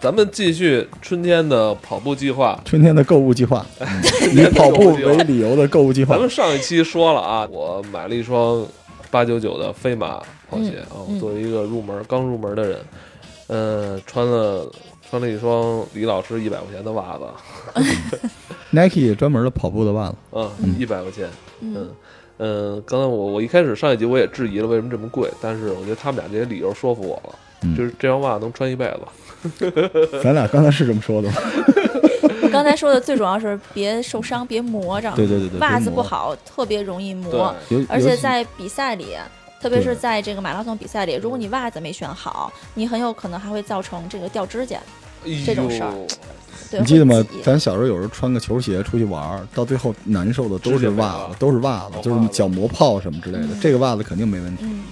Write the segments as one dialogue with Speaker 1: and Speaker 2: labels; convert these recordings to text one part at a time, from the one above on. Speaker 1: 咱们继续春天的跑步计划。
Speaker 2: 春天的购物计 划，以跑步为理由的购物计划
Speaker 1: 咱。们上一期说了啊，我买了一双八九九的飞马跑鞋啊，
Speaker 3: 嗯嗯
Speaker 1: 我作为一个入门刚入门的人，嗯、穿了穿了一双李老师一百块钱的袜子，
Speaker 2: Nike 专门的跑步的袜子，
Speaker 1: 啊，一百块钱，
Speaker 2: 呃
Speaker 3: 嗯
Speaker 1: 嗯嗯，刚才我我一开始上一集我也质疑了为什么这么贵，但是我觉得他们俩这些理由说服我了，
Speaker 2: 嗯
Speaker 1: 就是这双袜子能穿一辈子。
Speaker 2: 咱俩刚才是这么说的吗？
Speaker 3: 刚才说的最主要是别受伤，别磨着。
Speaker 2: 对对对对，
Speaker 3: 袜子
Speaker 2: 别
Speaker 3: 不
Speaker 2: 磨，
Speaker 3: 好，特别容易
Speaker 1: 对，
Speaker 3: 磨。
Speaker 2: 尤
Speaker 3: 而
Speaker 2: 尤
Speaker 3: 且
Speaker 2: 其
Speaker 3: 在比赛里，特
Speaker 2: 对
Speaker 3: 别
Speaker 2: 嗯
Speaker 3: 是在这个马拉松比赛里，如果你袜子没选好，你很有可能还会造成这个掉指甲。这种事儿
Speaker 1: 哎呦
Speaker 3: 对，
Speaker 2: 你记得吗
Speaker 3: 会挤？
Speaker 2: 咱小时候有时候穿个球鞋出去玩儿，到最后难受的都
Speaker 1: 指甲
Speaker 2: 是
Speaker 1: 没
Speaker 2: 袜
Speaker 1: 了哦
Speaker 2: 子，都是袜子
Speaker 1: 磨，
Speaker 2: 就是
Speaker 1: 袜子
Speaker 2: 脚磨泡什么之类的
Speaker 3: 嗯。
Speaker 2: 这个袜子肯定没问题。
Speaker 3: 嗯，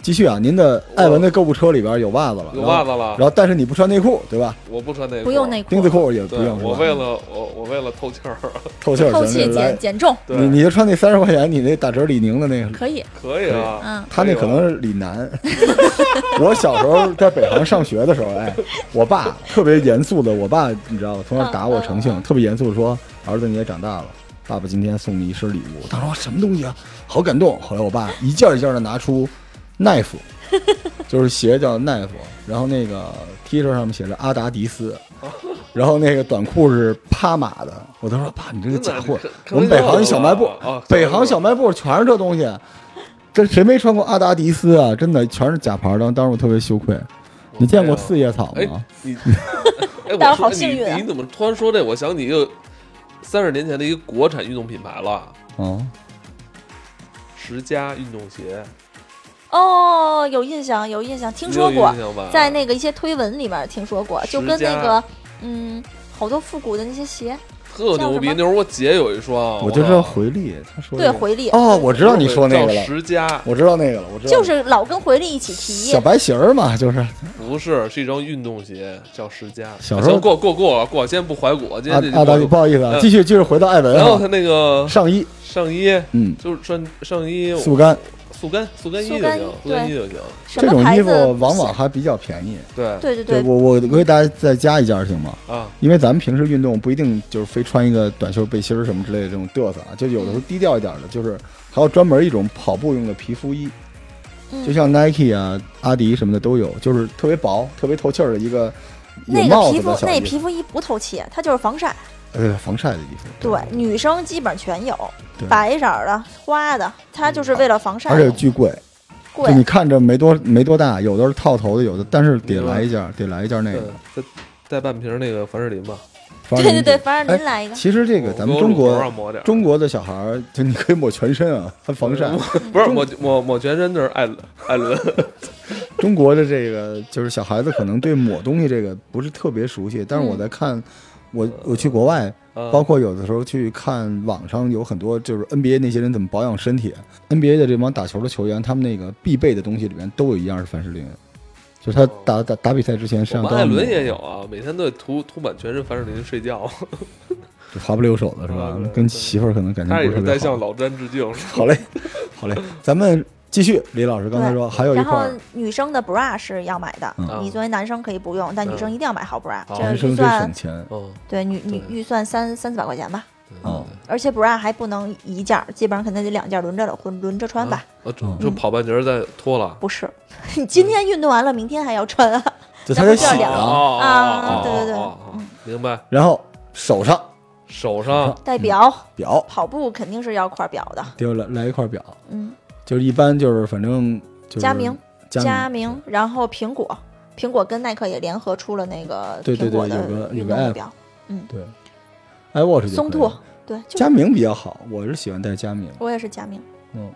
Speaker 2: 继续啊，您的艾文的购物车里边有袜子了，
Speaker 1: 哎有
Speaker 2: 然后
Speaker 1: 袜子了
Speaker 2: 然，后但是你不穿内裤，对吧？
Speaker 1: 我不穿内裤，
Speaker 3: 不用内裤，
Speaker 2: 钉子裤也不
Speaker 1: 对，
Speaker 2: 用，是
Speaker 1: 我
Speaker 2: 吧
Speaker 1: 为了我我为了透气儿，
Speaker 2: 透气儿，
Speaker 3: 透
Speaker 2: 咱
Speaker 3: 气
Speaker 2: 这来
Speaker 3: 减减重
Speaker 1: 对，
Speaker 2: 你你就穿那三十块钱，你那打折李宁的那个，
Speaker 3: 可以。
Speaker 1: 可以啊，
Speaker 3: 嗯，
Speaker 2: 他那可能是李楠。 我小时候在北航上学的时候，哎，我爸特别严肃的，我爸你知道吧，从小打我成性，特别严肃的说：“儿子，你也长大了，爸爸今天送你一身礼物。”我当时我什么东西啊，好感动。后来我爸一件一件的拿出 knife，就是鞋叫 knife，然后那个 T 恤上面写着阿达迪斯，然后那个短裤是帕玛的。我当时说：“爸，你这个
Speaker 1: 真
Speaker 2: 假
Speaker 1: 的
Speaker 2: 货
Speaker 1: 开！”开
Speaker 2: 我们
Speaker 1: 玩
Speaker 2: 北
Speaker 1: 笑
Speaker 2: 航一
Speaker 1: 的
Speaker 2: 小
Speaker 1: 吧
Speaker 2: 卖部
Speaker 1: 啊，
Speaker 2: 北航小
Speaker 1: 卖
Speaker 2: 卖部全是这东西。这谁没穿过阿达迪斯啊？真的全是假牌儿，当当时我特别羞愧。你见过四叶草
Speaker 1: 哦哎
Speaker 2: 吗？
Speaker 1: 你， 哎，我
Speaker 3: 大家
Speaker 1: 说
Speaker 3: 好幸运啊
Speaker 1: 你，你怎么突然说这？我想起一个三十年前的一个国产运动品牌了，
Speaker 2: 啊，
Speaker 1: 十佳运动鞋，
Speaker 3: 哦，有印象，有印象，听说
Speaker 1: 你有
Speaker 3: 过
Speaker 1: 印，象吧？
Speaker 3: 在那个一些推文里面听说过，就跟那
Speaker 1: 啊
Speaker 3: 个嗯，好多复古的那些鞋，
Speaker 1: 特牛逼，
Speaker 3: 叫什么
Speaker 1: 那时候我姐有一双，
Speaker 2: 我就知
Speaker 1: 知
Speaker 2: 道
Speaker 1: 道
Speaker 2: 回力，他说
Speaker 3: 对
Speaker 2: 那个
Speaker 3: 回力，
Speaker 2: 哦，我知道你说那个了，
Speaker 1: 十佳
Speaker 2: 我知道那个了，我知道
Speaker 3: 就是老跟回力一起
Speaker 2: 小
Speaker 3: 提。
Speaker 2: 白鞋儿嘛，就是
Speaker 1: 不是，是一双运动鞋，叫十佳。
Speaker 2: 小时候
Speaker 1: 行过过过了过，先不怀古，今
Speaker 2: 阿
Speaker 1: 天这
Speaker 2: 阿达，不好意思啊，
Speaker 1: 嗯
Speaker 2: 继续继续回到艾文
Speaker 1: 然后他
Speaker 2: 啊，
Speaker 1: 那个
Speaker 2: 上衣，
Speaker 1: 上衣，
Speaker 2: 嗯，
Speaker 1: 就是穿上衣
Speaker 2: 速干
Speaker 1: 速干速干衣就
Speaker 3: 速干
Speaker 1: 行，
Speaker 3: 衣
Speaker 1: 速干衣就行。
Speaker 3: 什
Speaker 2: 这
Speaker 3: 么
Speaker 2: 种
Speaker 3: 牌
Speaker 2: 衣
Speaker 3: 子
Speaker 2: 服往往还比较便宜。
Speaker 1: 对
Speaker 3: 对对
Speaker 2: 对，
Speaker 3: 对，
Speaker 2: 我我我给大家再加一件儿行吗？
Speaker 1: 啊，
Speaker 2: 因为咱们平时运动不一定就是非穿一个短袖背心儿什么之类的这种嘚瑟啊，就有的时候低调一点儿的，就是还有专门一种跑步用的皮肤衣，
Speaker 3: 嗯
Speaker 2: 就像 Nike 啊、阿迪什么的都有，就是特别薄、特别透气儿的一个有
Speaker 3: 那个
Speaker 2: 帽
Speaker 3: 皮
Speaker 2: 子
Speaker 3: 肤
Speaker 2: 的小
Speaker 3: 那
Speaker 2: 衣
Speaker 3: 皮
Speaker 2: 服，
Speaker 3: 肤衣不透气，它就是防晒。
Speaker 2: 呃，防晒的衣服。
Speaker 3: 对，女生基本全有
Speaker 2: 对，嗯
Speaker 3: 白色儿的、花的，它就是为了防晒
Speaker 2: 而且巨贵，就你
Speaker 3: 贵。
Speaker 2: 看着没多没多大，有的是套头的，有的但是得来一件儿，得来一件儿那
Speaker 1: 对
Speaker 2: 个。，
Speaker 1: 再带半瓶那个凡士林吧。
Speaker 2: 防
Speaker 3: 对
Speaker 2: 晒
Speaker 3: 对
Speaker 2: 衣
Speaker 3: 对，
Speaker 2: 服，哎
Speaker 3: 反正您来一个，
Speaker 2: 其实这个
Speaker 1: 我
Speaker 2: 咱们
Speaker 1: 给我
Speaker 2: 中
Speaker 1: 乳头上
Speaker 2: 国
Speaker 1: 抹点儿
Speaker 2: 中国的小孩儿，就你可以抹全身啊，还防晒。
Speaker 1: 不是抹抹抹全身就是艾伦艾伦，
Speaker 2: 中国的这个就是小孩子可能对抹东西这个不是特别熟悉，但是我在看，
Speaker 1: 嗯
Speaker 2: 我我去国外，
Speaker 1: 啊
Speaker 2: 包括有的时候去看网上有很多就是 NBA 那些人怎么保养身体，NBA 的这帮打球的球员，他们那个必备的东西里面都有一样是凡士林，就是他打打打比赛之前身
Speaker 1: 哦我
Speaker 2: 上
Speaker 1: 们艾
Speaker 2: 都要抹
Speaker 1: 伦也有啊，每天都得涂涂满全身凡士林睡觉，
Speaker 2: 就滑不溜手的是吧
Speaker 1: 啊对？
Speaker 2: 跟媳妇儿可 能感情
Speaker 1: 他
Speaker 2: 不
Speaker 1: 也
Speaker 2: 是特
Speaker 1: 是
Speaker 2: 别
Speaker 1: 在
Speaker 2: 好
Speaker 1: 向。老詹致敬。
Speaker 2: 好嘞， 好嘞，咱们继续。李老师刚才说还有一
Speaker 3: 然后
Speaker 2: 块
Speaker 3: 女生的 bra 是要买的，
Speaker 2: 嗯
Speaker 3: 你作为男生可以不用，但女生一定要买好 bra，
Speaker 1: 好
Speaker 3: 这
Speaker 2: 男
Speaker 3: 预
Speaker 2: 生真
Speaker 3: 算
Speaker 2: 省钱，
Speaker 1: 嗯，
Speaker 3: 对女女
Speaker 1: 对
Speaker 3: 预算三三四百块钱吧。
Speaker 1: 嗯
Speaker 2: 哦
Speaker 3: 而且 bra 还不能一件儿，基本上肯定得两件儿轮着了，轮轮着穿吧。
Speaker 1: 啊，
Speaker 2: 嗯
Speaker 1: 就就跑半截儿再脱
Speaker 2: 啊
Speaker 1: 了。
Speaker 3: 不是， 你今天运动完了，明天还要穿啊。
Speaker 2: 就他得洗
Speaker 3: 咱们这儿
Speaker 2: 啊
Speaker 3: 聊。
Speaker 1: 哦
Speaker 3: 啊
Speaker 1: 哦
Speaker 3: 对嗯对对
Speaker 1: 哦哦哦明白。
Speaker 2: 然后手上
Speaker 1: 手上
Speaker 2: 嗯
Speaker 3: 戴表、
Speaker 2: 表
Speaker 3: 跑步肯定是要块表的，
Speaker 2: 就来来一块表，
Speaker 3: 嗯，
Speaker 2: 就是一般就是反正就是
Speaker 3: 佳明佳
Speaker 2: 佳
Speaker 3: 明，然后苹果，苹果跟耐克也联合出了那个
Speaker 2: 对对
Speaker 3: 苹果
Speaker 2: 对有
Speaker 3: 的
Speaker 2: 个有
Speaker 3: 运
Speaker 2: 个
Speaker 3: 动的
Speaker 2: app
Speaker 3: 表，
Speaker 2: 对，iWatch 就可
Speaker 3: 松
Speaker 2: 以
Speaker 3: 兔
Speaker 2: 了，
Speaker 3: 对，就
Speaker 2: 佳明比较好，我是喜欢戴佳明，
Speaker 3: 我也是佳明，
Speaker 2: 嗯，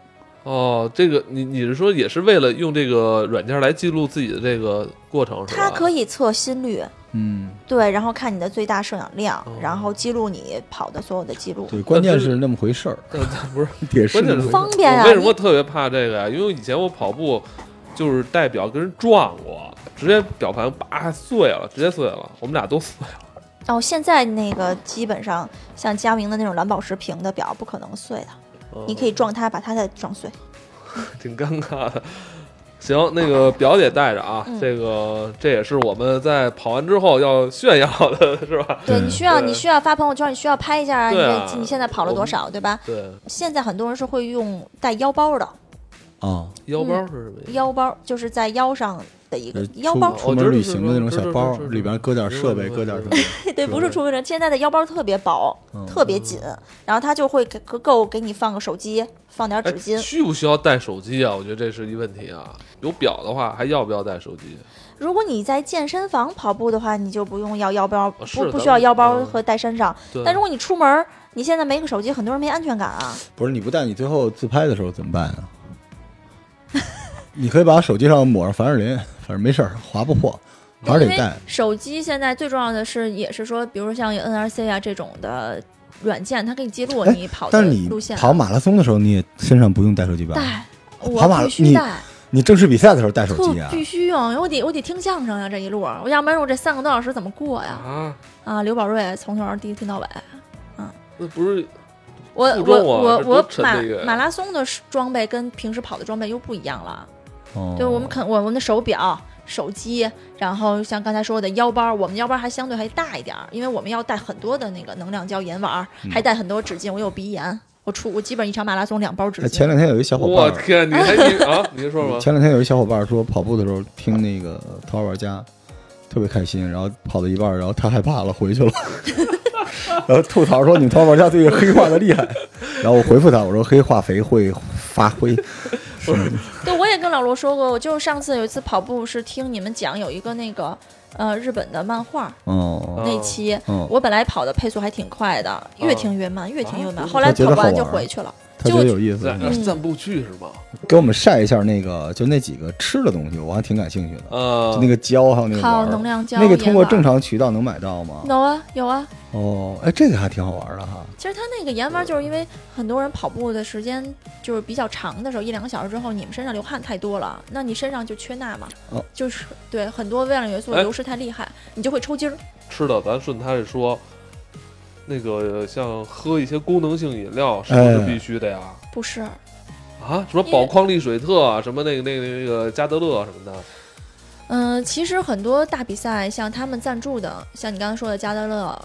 Speaker 1: 哦，这个你你是说也是为了用这个软件来记录自己的这个过程是吧？
Speaker 3: 它可
Speaker 1: 以。
Speaker 3: 以测心率，
Speaker 2: 嗯，
Speaker 3: 对，然后看你的最大摄氧量
Speaker 1: 哦，
Speaker 3: 然后记录你跑的所有的记录，
Speaker 2: 对，关键是那么回事儿，
Speaker 1: 呃不是，
Speaker 2: 也是
Speaker 1: 关键
Speaker 2: 那
Speaker 1: 是
Speaker 2: 么回事儿
Speaker 3: 方便啊
Speaker 1: 我为什么特别怕这个呀？因为以前我跑步就是戴表跟人撞过，直接表盘叭碎了，直接碎了，我们俩都碎了。
Speaker 3: 哦，现在那个基本上像佳明的那种蓝宝石屏的表不可能碎的，
Speaker 1: 嗯
Speaker 3: 你可以撞它，把它再撞碎。
Speaker 1: 挺尴尬的。 行，那个表姐带着啊，
Speaker 4: 嗯
Speaker 1: 这个这也是我们在跑完之后要炫耀的，是 吧？
Speaker 4: 对你需要，
Speaker 1: 对
Speaker 4: 你需要发朋友圈，你需要拍一下啊，你
Speaker 1: 对啊
Speaker 4: 这你现在跑了多少，对吧？
Speaker 1: 对，
Speaker 4: 现在很多人是会用带腰包的，
Speaker 2: 啊，
Speaker 1: 腰包是什么意思？
Speaker 4: 腰包就是在腰上的一个
Speaker 1: 呃
Speaker 2: 就是
Speaker 4: 腰
Speaker 2: 呃出
Speaker 4: 包，
Speaker 2: 出门旅行的那种小包，里边搁点设备，搁点什么，
Speaker 4: 对，不是
Speaker 1: 对
Speaker 4: 出门人，现在的腰包特别薄，
Speaker 2: 嗯
Speaker 4: 特别紧，然后它就会给够给你放个手机，放点
Speaker 1: 哎
Speaker 4: 纸巾。
Speaker 1: 需不需要带手机啊？我觉得这是一问题啊。有表的话，还要不要带手机？
Speaker 4: 如果你在健身房跑步的话，你就不用要腰包，
Speaker 1: 哦是
Speaker 4: 不不
Speaker 1: 咱
Speaker 4: 需要
Speaker 1: 们
Speaker 4: 腰包
Speaker 1: 嗯
Speaker 4: 和带身上。
Speaker 1: 对，
Speaker 4: 但如果你出门，你现在没个手机，很多人没安全感啊。
Speaker 2: 不是你不带，你最后自拍的时候怎么办啊？你可以把手机上抹上凡士林，反正没事儿，划不破，还是
Speaker 3: 因
Speaker 2: 得
Speaker 3: 为
Speaker 2: 带。
Speaker 3: 手机现在最重要的是，也是说，比如说像有 NRC 啊这种的软件，它可以记录
Speaker 2: 哎
Speaker 3: 你跑的
Speaker 2: 但是你
Speaker 3: 路线。啊
Speaker 2: 跑马拉松的时候，你也身上不用带手机吧？
Speaker 3: 带，
Speaker 2: 跑
Speaker 3: 我
Speaker 2: 马
Speaker 3: 必须
Speaker 2: 你
Speaker 3: 带，
Speaker 2: 你正式比赛的时候带手
Speaker 3: 特
Speaker 2: 机啊？
Speaker 3: 必须用，因为我得我得听相声呀、这一路，我要不然我这三个多小时怎么过呀？
Speaker 1: 啊，
Speaker 3: 啊，刘宝瑞从头第一听到尾。
Speaker 1: 那不是
Speaker 3: 我
Speaker 1: 负重
Speaker 3: 我
Speaker 1: 啊
Speaker 3: 我
Speaker 1: 这多
Speaker 3: 我
Speaker 1: 沉
Speaker 3: 马
Speaker 1: 这个
Speaker 3: 马拉松的装备跟平时跑的装备又不一样了，
Speaker 2: 哦
Speaker 3: 就是我们肯我我们的手表、手机，然后像刚才说的腰包，我们腰包还相对还大一点儿，因为我们要带很多的那个能量胶、眼丸，
Speaker 1: 嗯
Speaker 3: 还带很多纸巾。我有鼻炎，我出我基本一场马拉松两包纸
Speaker 2: 哎前
Speaker 3: 巾。
Speaker 2: 两天有一小伙
Speaker 1: 我
Speaker 2: 伴儿，
Speaker 1: 天，你还你啊？你先说说吧。
Speaker 2: 前两天有一小伙伴说跑步的时候听那个《逃跑玩家》，特别开心，然后跑到一半儿，然后他害怕了回去 了，然后吐槽说你们《逃跑玩家》这个黑化的厉害，然后我回复他我说黑化肥会发灰，
Speaker 3: 对，我也跟老罗说过，我就上次有一次跑步是听你们讲有一个那个呃日本的漫画
Speaker 2: 嗯
Speaker 3: 那期。
Speaker 2: 嗯，
Speaker 3: 我本来跑的配速还挺快的，越听越慢，越听越慢。
Speaker 1: 啊
Speaker 3: 后来
Speaker 2: 他觉
Speaker 3: 跑
Speaker 2: 得好
Speaker 3: 完就
Speaker 2: 玩
Speaker 3: 回去了。
Speaker 2: 他觉得有意思，嗯
Speaker 1: 咱散步去是吗？
Speaker 2: 给我们晒一下那个就那几个吃的东西，我还挺感兴趣的，
Speaker 1: 呃
Speaker 2: 就，那个胶还有那个
Speaker 3: 靠
Speaker 2: 丸
Speaker 3: 能
Speaker 2: 儿，
Speaker 3: 量胶
Speaker 2: 那个通过正
Speaker 3: 常
Speaker 2: 常渠道能买到吗？
Speaker 3: 有啊有啊，
Speaker 2: 哦，哎，这个还挺好玩的哈，
Speaker 3: 其实它那个盐丸就是因为很多人跑步的时间就是比较长的时候，一两个小时之后，你们身上流汗太多了，那你身上就缺钠嘛，
Speaker 2: 哦
Speaker 3: 就是对很多微量元素
Speaker 1: 哎
Speaker 3: 流失太厉害，你就会抽筋儿。
Speaker 1: 吃的，咱顺他这说，那个像喝一些功能性饮料是不
Speaker 2: 哎
Speaker 1: 是必须的呀？
Speaker 3: 不是，
Speaker 1: 啊，什么宝矿力水特啊，什么那个那个那个加德乐什么的，
Speaker 3: 嗯、其实很多大比赛，像他们赞助的，像你刚才说的加德乐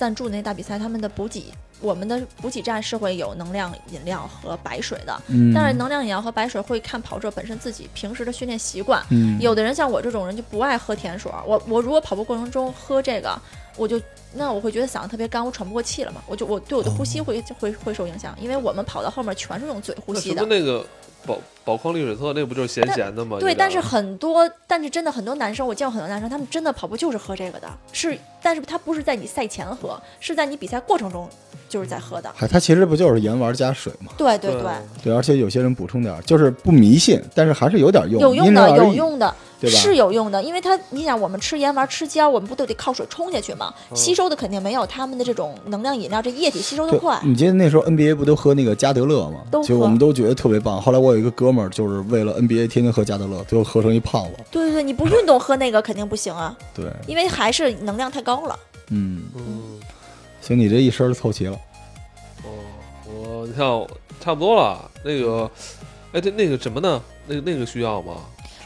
Speaker 3: 赞助那大比赛，他们的补给，我们的补给站是会有能量饮料和白水的，
Speaker 2: 嗯，
Speaker 3: 但是能量饮料和白水会看跑者本身自己平时的训练习惯。
Speaker 2: 嗯
Speaker 3: 有的人像我这种人就不爱喝甜水儿，我我如果跑步过程中喝这个，我就那我会觉得嗓子特别干，我喘不过气了嘛，我就我对我的呼
Speaker 1: 哦
Speaker 3: 吸会、会会受影响，因为我们跑到后面全是用嘴呼
Speaker 1: 那
Speaker 3: 吸
Speaker 1: 什
Speaker 3: 的
Speaker 1: 么。那个宝宝矿力水特，那不就是咸咸的吗？
Speaker 3: 对，
Speaker 1: 有点
Speaker 3: 但是很多，但是真的很多男生，我见过很多男生，他们真的跑步就是喝这个的，是，但是他不是在你赛前喝，是在你比赛过程中就是在喝的。
Speaker 2: 嗨，它其实不就是盐丸加水嘛？
Speaker 3: 对对
Speaker 1: 对
Speaker 3: 对，
Speaker 2: 对，而且有些人补充点儿，就是不迷信，但是还是有点用，
Speaker 3: 有
Speaker 2: 因
Speaker 3: 用
Speaker 2: 人
Speaker 3: 的，
Speaker 2: 而
Speaker 3: 有
Speaker 2: 异，
Speaker 3: 用的，
Speaker 2: 对吧？
Speaker 3: 是有用的，因为它，你想，我们吃盐丸、吃胶，我们不都得靠水冲下去吗？
Speaker 1: 嗯
Speaker 3: 吸收的肯定没有他们的这种能量饮料这液体吸收的
Speaker 2: 对嗯
Speaker 3: 快。
Speaker 2: 你记得那时候 NBA 不都喝那个加德乐吗？
Speaker 3: 都
Speaker 2: 就
Speaker 3: 喝
Speaker 2: 我们都觉得特别棒。后来我有一个哥们儿，就是为了 NBA 天天喝加德乐，最后喝成一胖子。
Speaker 3: 对对对，你不运动喝那个肯定不行啊，
Speaker 2: 对，
Speaker 3: 因为还是能量太高了。
Speaker 2: 嗯，
Speaker 1: 嗯
Speaker 2: 行，你这一身儿凑齐了。
Speaker 1: 哦，我你看差不多了，那个哎对那个什么呢？那个那个需要吗？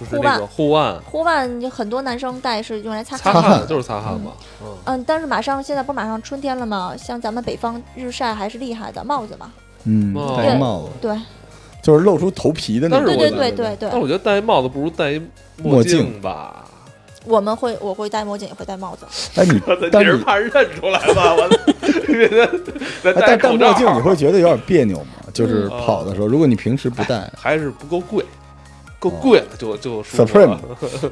Speaker 1: 就是那个护腕，
Speaker 3: 护腕有很多男生戴是用来擦
Speaker 1: 擦
Speaker 3: 汗
Speaker 1: 汗
Speaker 3: 的。
Speaker 1: 就是擦汗嘛，嗯。
Speaker 3: 嗯，但是马上现在不是马上春天了吗？像咱们北方日晒还是厉害的，帽子嘛。
Speaker 2: 嗯，
Speaker 1: 哦
Speaker 2: 戴一帽子，
Speaker 3: 对
Speaker 2: 就是露出头皮的那种。
Speaker 1: 但是
Speaker 3: 对
Speaker 1: 我
Speaker 3: 对
Speaker 1: 觉
Speaker 3: 对对，对
Speaker 1: 但我觉得戴一帽子不如戴一
Speaker 2: 墨镜
Speaker 1: 镜吧。
Speaker 3: 我们会我会戴墨镜，也会戴帽子。
Speaker 2: 哎，你
Speaker 1: 我操，
Speaker 2: 但
Speaker 1: 你
Speaker 2: 是
Speaker 1: 是
Speaker 2: 你
Speaker 1: 怕认出来吧？ 我操，咱
Speaker 2: 哎
Speaker 1: 戴
Speaker 2: 但
Speaker 1: 口罩
Speaker 2: 戴墨镜你会觉得有点别扭吗？就是
Speaker 1: 嗯
Speaker 2: 跑的时候，如果你平时不戴，
Speaker 1: 还是不够贵，够
Speaker 2: 哦
Speaker 1: 贵了就就舒服
Speaker 2: Supreme
Speaker 1: 了。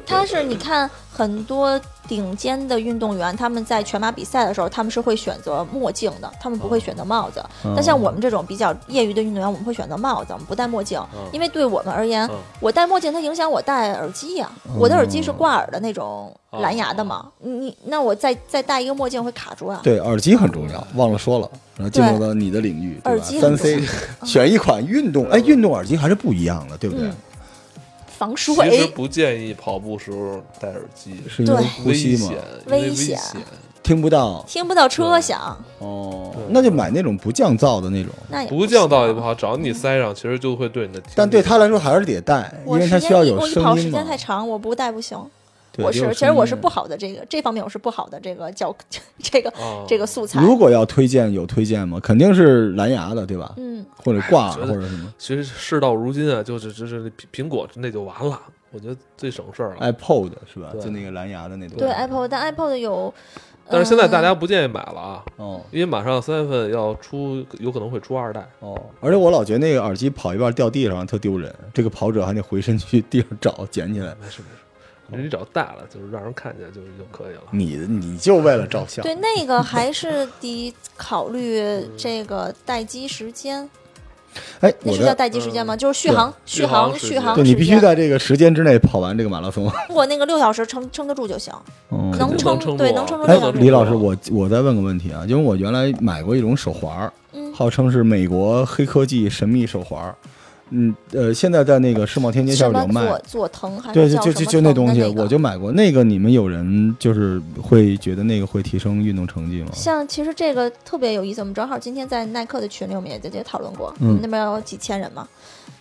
Speaker 3: 它是你看很多顶尖的运动员，他们在全马比赛的时候，他们是会选择墨镜的，他们不会
Speaker 1: 哦
Speaker 3: 选择帽子。那像
Speaker 2: 嗯
Speaker 3: 我们这种比较业余的运动员，我们会选择帽子，我们不戴墨镜，
Speaker 1: 嗯
Speaker 3: 因为对我们而言
Speaker 1: 嗯，
Speaker 3: 我戴墨镜它影响我戴耳机呀、
Speaker 2: 哦
Speaker 3: 我的耳机是挂耳的那种
Speaker 1: 哦
Speaker 3: 蓝牙的嘛，你那我再再戴一个墨镜会卡住啊。
Speaker 2: 对，耳机很重要，忘了说了。然后进入到你的领域，对
Speaker 3: 耳
Speaker 2: 吧
Speaker 3: 机？
Speaker 2: 三
Speaker 3: 很
Speaker 2: C，
Speaker 3: 重
Speaker 2: 选一款运动，哎，运动耳机还是不一样的，对不对？
Speaker 3: 嗯防
Speaker 1: 其实
Speaker 3: 水。
Speaker 1: 不建议跑步时候戴耳机，
Speaker 2: 是因为
Speaker 3: 对
Speaker 2: 呼
Speaker 1: 危
Speaker 2: 吸
Speaker 1: 险
Speaker 2: 嘛，，
Speaker 1: 因为
Speaker 3: 危
Speaker 1: 危
Speaker 3: 险
Speaker 1: 险。
Speaker 2: 听不到
Speaker 3: 听不到车响，
Speaker 2: 哦
Speaker 1: 对，
Speaker 2: 那就买那种不降噪的那种。
Speaker 3: 那也
Speaker 1: 不
Speaker 3: 行
Speaker 1: 降噪也不好，只要你塞上，其实就会对你的听力。
Speaker 2: 但对他来说还是得带，因
Speaker 3: 我
Speaker 2: 为
Speaker 3: 时
Speaker 2: 他
Speaker 3: 间
Speaker 2: 需要
Speaker 3: 一
Speaker 2: 有
Speaker 3: 我一跑
Speaker 2: 声
Speaker 3: 时
Speaker 2: 音嘛
Speaker 3: 间。太长，我不带不行。
Speaker 2: 对
Speaker 3: 我
Speaker 2: 得有
Speaker 3: 是其实我是
Speaker 2: 声音
Speaker 3: 不好的这个这方面我是不好的这个教这个
Speaker 1: 哦
Speaker 3: 这个素材。
Speaker 2: 如果要推荐，有推荐吗？肯定是蓝牙的，对吧？
Speaker 3: 嗯，
Speaker 2: 或者挂耳
Speaker 1: 哎我觉
Speaker 2: 或
Speaker 1: 得
Speaker 2: 者什么
Speaker 1: 其实事到如今啊，就是就是苹苹果那就完了，我觉得最省事儿
Speaker 2: 哎
Speaker 1: 了。
Speaker 2: iPod 是吧？
Speaker 1: 对
Speaker 2: 就那个蓝牙的那种。
Speaker 3: 对 iPod，但 iPod 有，
Speaker 1: 但是现在大
Speaker 3: 嗯
Speaker 1: 家不建议买了啊，
Speaker 2: 哦
Speaker 1: 因为马上三月份要出，有可能会出二代。
Speaker 2: 哦，而且我老觉得那个耳机跑一半掉地上特丢人，这个跑者还得回身去地上找捡起来。
Speaker 1: 没事没事，你只要带了，就是让人看见就就可以
Speaker 3: 嗯
Speaker 1: 了。
Speaker 2: 你你就为了照相，
Speaker 3: 对那个还是得考虑这个待机时间，
Speaker 2: 哎，
Speaker 3: 那
Speaker 2: 我
Speaker 3: 是叫
Speaker 2: 的，
Speaker 3: 待机时间吗？就是续
Speaker 2: 对
Speaker 3: 航、
Speaker 1: 嗯续
Speaker 3: 续
Speaker 1: 航
Speaker 3: 航、
Speaker 1: 时
Speaker 3: 续
Speaker 1: 间
Speaker 3: 航
Speaker 2: 对
Speaker 3: 时
Speaker 2: 你必须
Speaker 3: 间。
Speaker 2: 在这个时间之内跑完这个马拉 松。
Speaker 3: 我那个六小时撑撑得住就行，
Speaker 2: 嗯
Speaker 1: 肯定
Speaker 3: 能撑
Speaker 1: 撑
Speaker 3: 对
Speaker 1: 住
Speaker 3: 能撑住
Speaker 1: 肯
Speaker 2: 哎
Speaker 1: 定
Speaker 3: 六小
Speaker 1: 能
Speaker 3: 时。，
Speaker 2: 李老师，我我再问个问题啊，因为我原来买过一种手环儿，
Speaker 3: 嗯
Speaker 2: 号称是美国黑科技神秘手环儿，嗯呃，现在在那个世贸天阶下
Speaker 3: 什
Speaker 2: 边
Speaker 3: 么
Speaker 2: 有卖
Speaker 3: 左，左藤还
Speaker 2: 对，
Speaker 3: 是
Speaker 2: 就
Speaker 3: 叫
Speaker 2: 就就
Speaker 3: 什么
Speaker 2: 就
Speaker 3: 藤的那
Speaker 2: 东西，
Speaker 3: 个
Speaker 2: 我就买过那个。你们有人就是会觉得那个会提升运动成绩吗？
Speaker 3: 像其实这个特别有意思，我们正好今天在耐克的群里，我们也也讨论过，
Speaker 2: 嗯
Speaker 3: 我们那边有几千人嘛，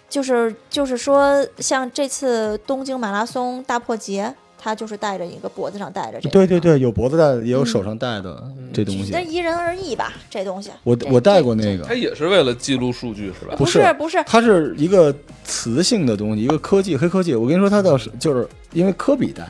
Speaker 3: 就是就是说，像这次东京马拉松大破节，他就是戴着一个脖子上戴着这个，
Speaker 2: 对对，对，有脖子戴的，也有手上戴的、这东西
Speaker 3: 那。因人而异吧，这东西。
Speaker 2: 我
Speaker 3: 这
Speaker 2: 我戴过
Speaker 3: 这
Speaker 2: 那
Speaker 1: 它
Speaker 2: 个，
Speaker 1: 也是为了记录数据是吧？
Speaker 3: 不
Speaker 2: 是
Speaker 3: 是不是，
Speaker 2: 它是一个磁性的东西，一个科技黑科技。我跟你说，它倒是就是因为科比戴，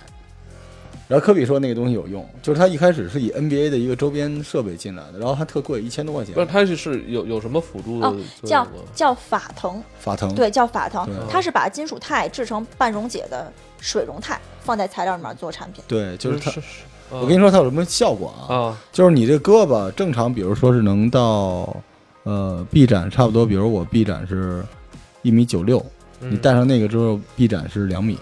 Speaker 2: 然后科比说那个东西有用，就是他一开始是以 NBA 的一个周边设备进来的，然后还特贵，一千多块钱
Speaker 1: 不是，，它是是有有什么辅助的
Speaker 3: 哦
Speaker 1: 作用
Speaker 3: 叫
Speaker 1: 吗？
Speaker 3: 叫法藤，
Speaker 2: 法藤。
Speaker 3: 对，叫法藤
Speaker 2: 嗯对，啊
Speaker 3: 它是把金属钛制成半溶解的水溶钛，放在材料里面做产品。
Speaker 2: 对，就是它。
Speaker 1: 是，是
Speaker 2: 我跟你说它有什么效果啊？
Speaker 1: 啊，
Speaker 2: 就是你这胳膊正常，比如说是能到呃臂展差不多，比如我臂展是一米九六，
Speaker 1: 嗯
Speaker 2: 你戴上那个之后臂展是两米。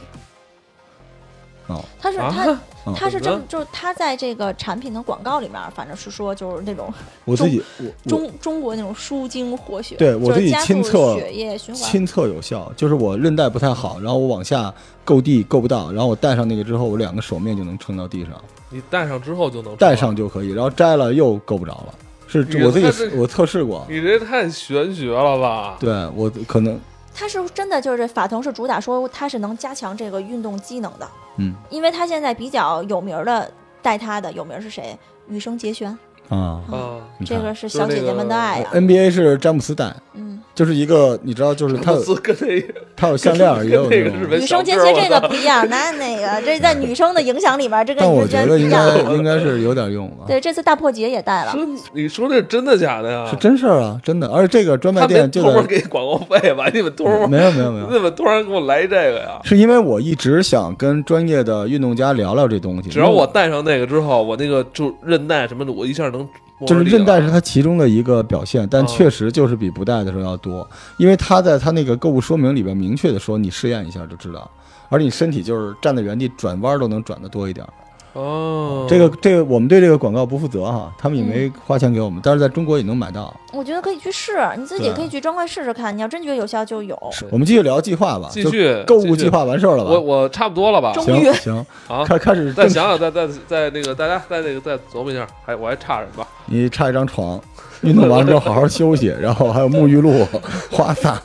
Speaker 2: 哦，
Speaker 3: 它是
Speaker 1: 啊
Speaker 3: 它
Speaker 2: 嗯
Speaker 3: 它是
Speaker 1: 怎
Speaker 3: 这
Speaker 1: 么
Speaker 3: 么，就是它在这个产品的广告里面，反正是说就是那种
Speaker 2: 我自己我我
Speaker 3: 中中国那种舒筋活血，
Speaker 2: 对我
Speaker 3: 就是
Speaker 2: 自己
Speaker 3: 加速
Speaker 2: 亲测
Speaker 3: 血液循环。
Speaker 2: 亲测有效，就是我韧带不太好，然后我往下够地够不到，然后我戴上那个之后，我两个手面就能撑到地上，
Speaker 1: 你戴上之后就能
Speaker 2: 戴
Speaker 1: 出来
Speaker 2: 上。就可以，然后摘了又够不着了。是
Speaker 1: 你
Speaker 2: 我自
Speaker 1: 看
Speaker 2: 己
Speaker 1: 这
Speaker 2: 我测试过，
Speaker 1: 你这太玄学了吧？
Speaker 2: 对我可能
Speaker 3: 它是真的就是法藤是主打说它是能加强这个运动机能的，
Speaker 2: 嗯
Speaker 3: 因为它现在比较有名儿的戴它的有名儿是谁？羽生结弦，
Speaker 2: 啊，
Speaker 3: 嗯
Speaker 1: 啊，
Speaker 2: 你
Speaker 3: 这
Speaker 2: 看
Speaker 3: 个是
Speaker 1: 就是
Speaker 3: 小
Speaker 1: 那
Speaker 3: 姐姐们
Speaker 1: 个
Speaker 3: 的爱啊。
Speaker 2: NBA 是哎詹姆斯戴，
Speaker 3: 嗯，
Speaker 2: 就是一个你知道，就是它有
Speaker 1: 是跟那个
Speaker 2: 它有项链儿，也有
Speaker 1: 跟那
Speaker 2: 那
Speaker 1: 个
Speaker 2: 种
Speaker 1: 日本
Speaker 3: 女
Speaker 1: 小
Speaker 3: 生结
Speaker 1: 哥
Speaker 3: 节
Speaker 1: 儿
Speaker 3: 这个不一样，那那个这在女生的影响里面，这个
Speaker 2: 但我
Speaker 3: 你
Speaker 2: 觉
Speaker 3: 真
Speaker 2: 得
Speaker 3: 不
Speaker 2: 应
Speaker 3: 一
Speaker 2: 该
Speaker 3: 样。
Speaker 2: 应该是有点用啊，
Speaker 3: 对，这次大破节也带了，
Speaker 1: 真，你说这是真的假的呀？
Speaker 2: 是真事儿啊，真的。而且这个专卖
Speaker 1: 他没
Speaker 2: 店就
Speaker 1: 偷摸
Speaker 2: 在嗯
Speaker 1: 给广告费吧？你们偷摸，
Speaker 2: 没有没有没
Speaker 1: 你
Speaker 2: 有，
Speaker 1: 怎么突然给我来这个呀？
Speaker 2: 是因为我一直想跟专业的运动家聊聊这东西。
Speaker 1: 只要
Speaker 2: 因为
Speaker 1: 我戴上那个之后，我那个就韧带什么的，我一下能
Speaker 2: 就是韧带是
Speaker 1: 它
Speaker 2: 它其中的一个表现，但
Speaker 1: 哦
Speaker 2: 确实就是比不戴的时候要多，因为它在它那个购物说明里边明确的说，你试验一下就知道。而你身体就是站在原地转弯都能转得多一点儿，
Speaker 1: 哦，
Speaker 2: 这个这个我们对这个广告不负责哈，他们也没花钱给我们，但是在中国也能买到。
Speaker 3: 我觉得可以去试，你自己
Speaker 2: 对啊
Speaker 3: 可以去专柜试试看。你要真觉得有效就有。
Speaker 2: 我们继续聊计划吧，
Speaker 1: 继
Speaker 2: 就
Speaker 1: 续
Speaker 2: 购物
Speaker 1: 继
Speaker 2: 计
Speaker 1: 续
Speaker 2: 划完事儿了吧？
Speaker 1: 我我差不多了吧？
Speaker 3: 中
Speaker 2: 行
Speaker 3: 于
Speaker 2: 行，
Speaker 1: 啊，
Speaker 2: 开开始
Speaker 1: 再
Speaker 2: 正
Speaker 1: 想想，再再再那个，大家再那个再琢磨一下，还我还差什么？
Speaker 2: 你插一张床，运动完之后好好休息，然后还有沐浴露、 花洒。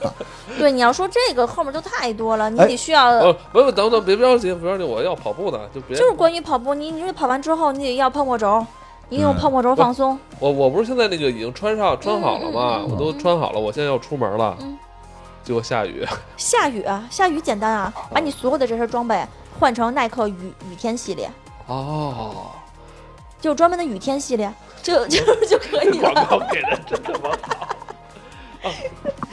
Speaker 3: 对，你要说这个后面就太多了，你
Speaker 2: 哎
Speaker 3: 得需要。
Speaker 1: 哦，不用，等等，别着急，别着急，我要跑步呢，就别。
Speaker 3: 呃 就是关于跑步，你你跑完之后，你得要泡沫轴，你用
Speaker 2: 嗯
Speaker 3: 泡沫轴放松。
Speaker 1: 我我不是现在那个已经穿上穿好了吗？
Speaker 3: 嗯嗯嗯
Speaker 1: 我都穿好了，我现在要出门了
Speaker 3: 嗯，
Speaker 1: 结果下雨，
Speaker 3: 下雨，啊，下雨简单啊，把你所有的这身装备换成耐克雨雨天系列，
Speaker 1: 哦，
Speaker 3: 就有专门的雨天系列，就就就可 以
Speaker 1: 广
Speaker 3: 了。
Speaker 1: 告给的真他妈好。啊